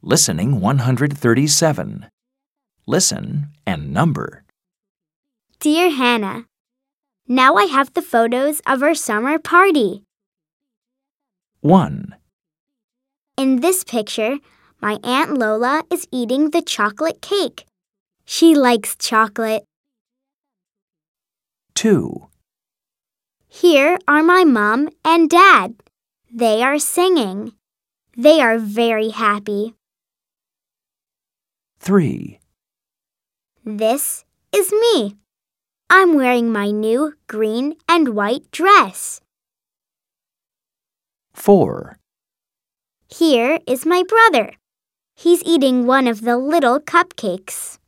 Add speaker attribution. Speaker 1: Listening 137. Listen and number.
Speaker 2: Dear Hannah, now I have the photos of our summer party.
Speaker 1: 1,
Speaker 2: In this picture, my Aunt Lola is eating the chocolate cake. She likes chocolate.
Speaker 1: 2,
Speaker 2: Here are my mom and dad. They are singing. They are very happy.
Speaker 1: 3,
Speaker 2: This is me. I'm wearing my new green and white dress.
Speaker 1: 4,
Speaker 2: Here is my brother. He's eating one of the little cupcakes.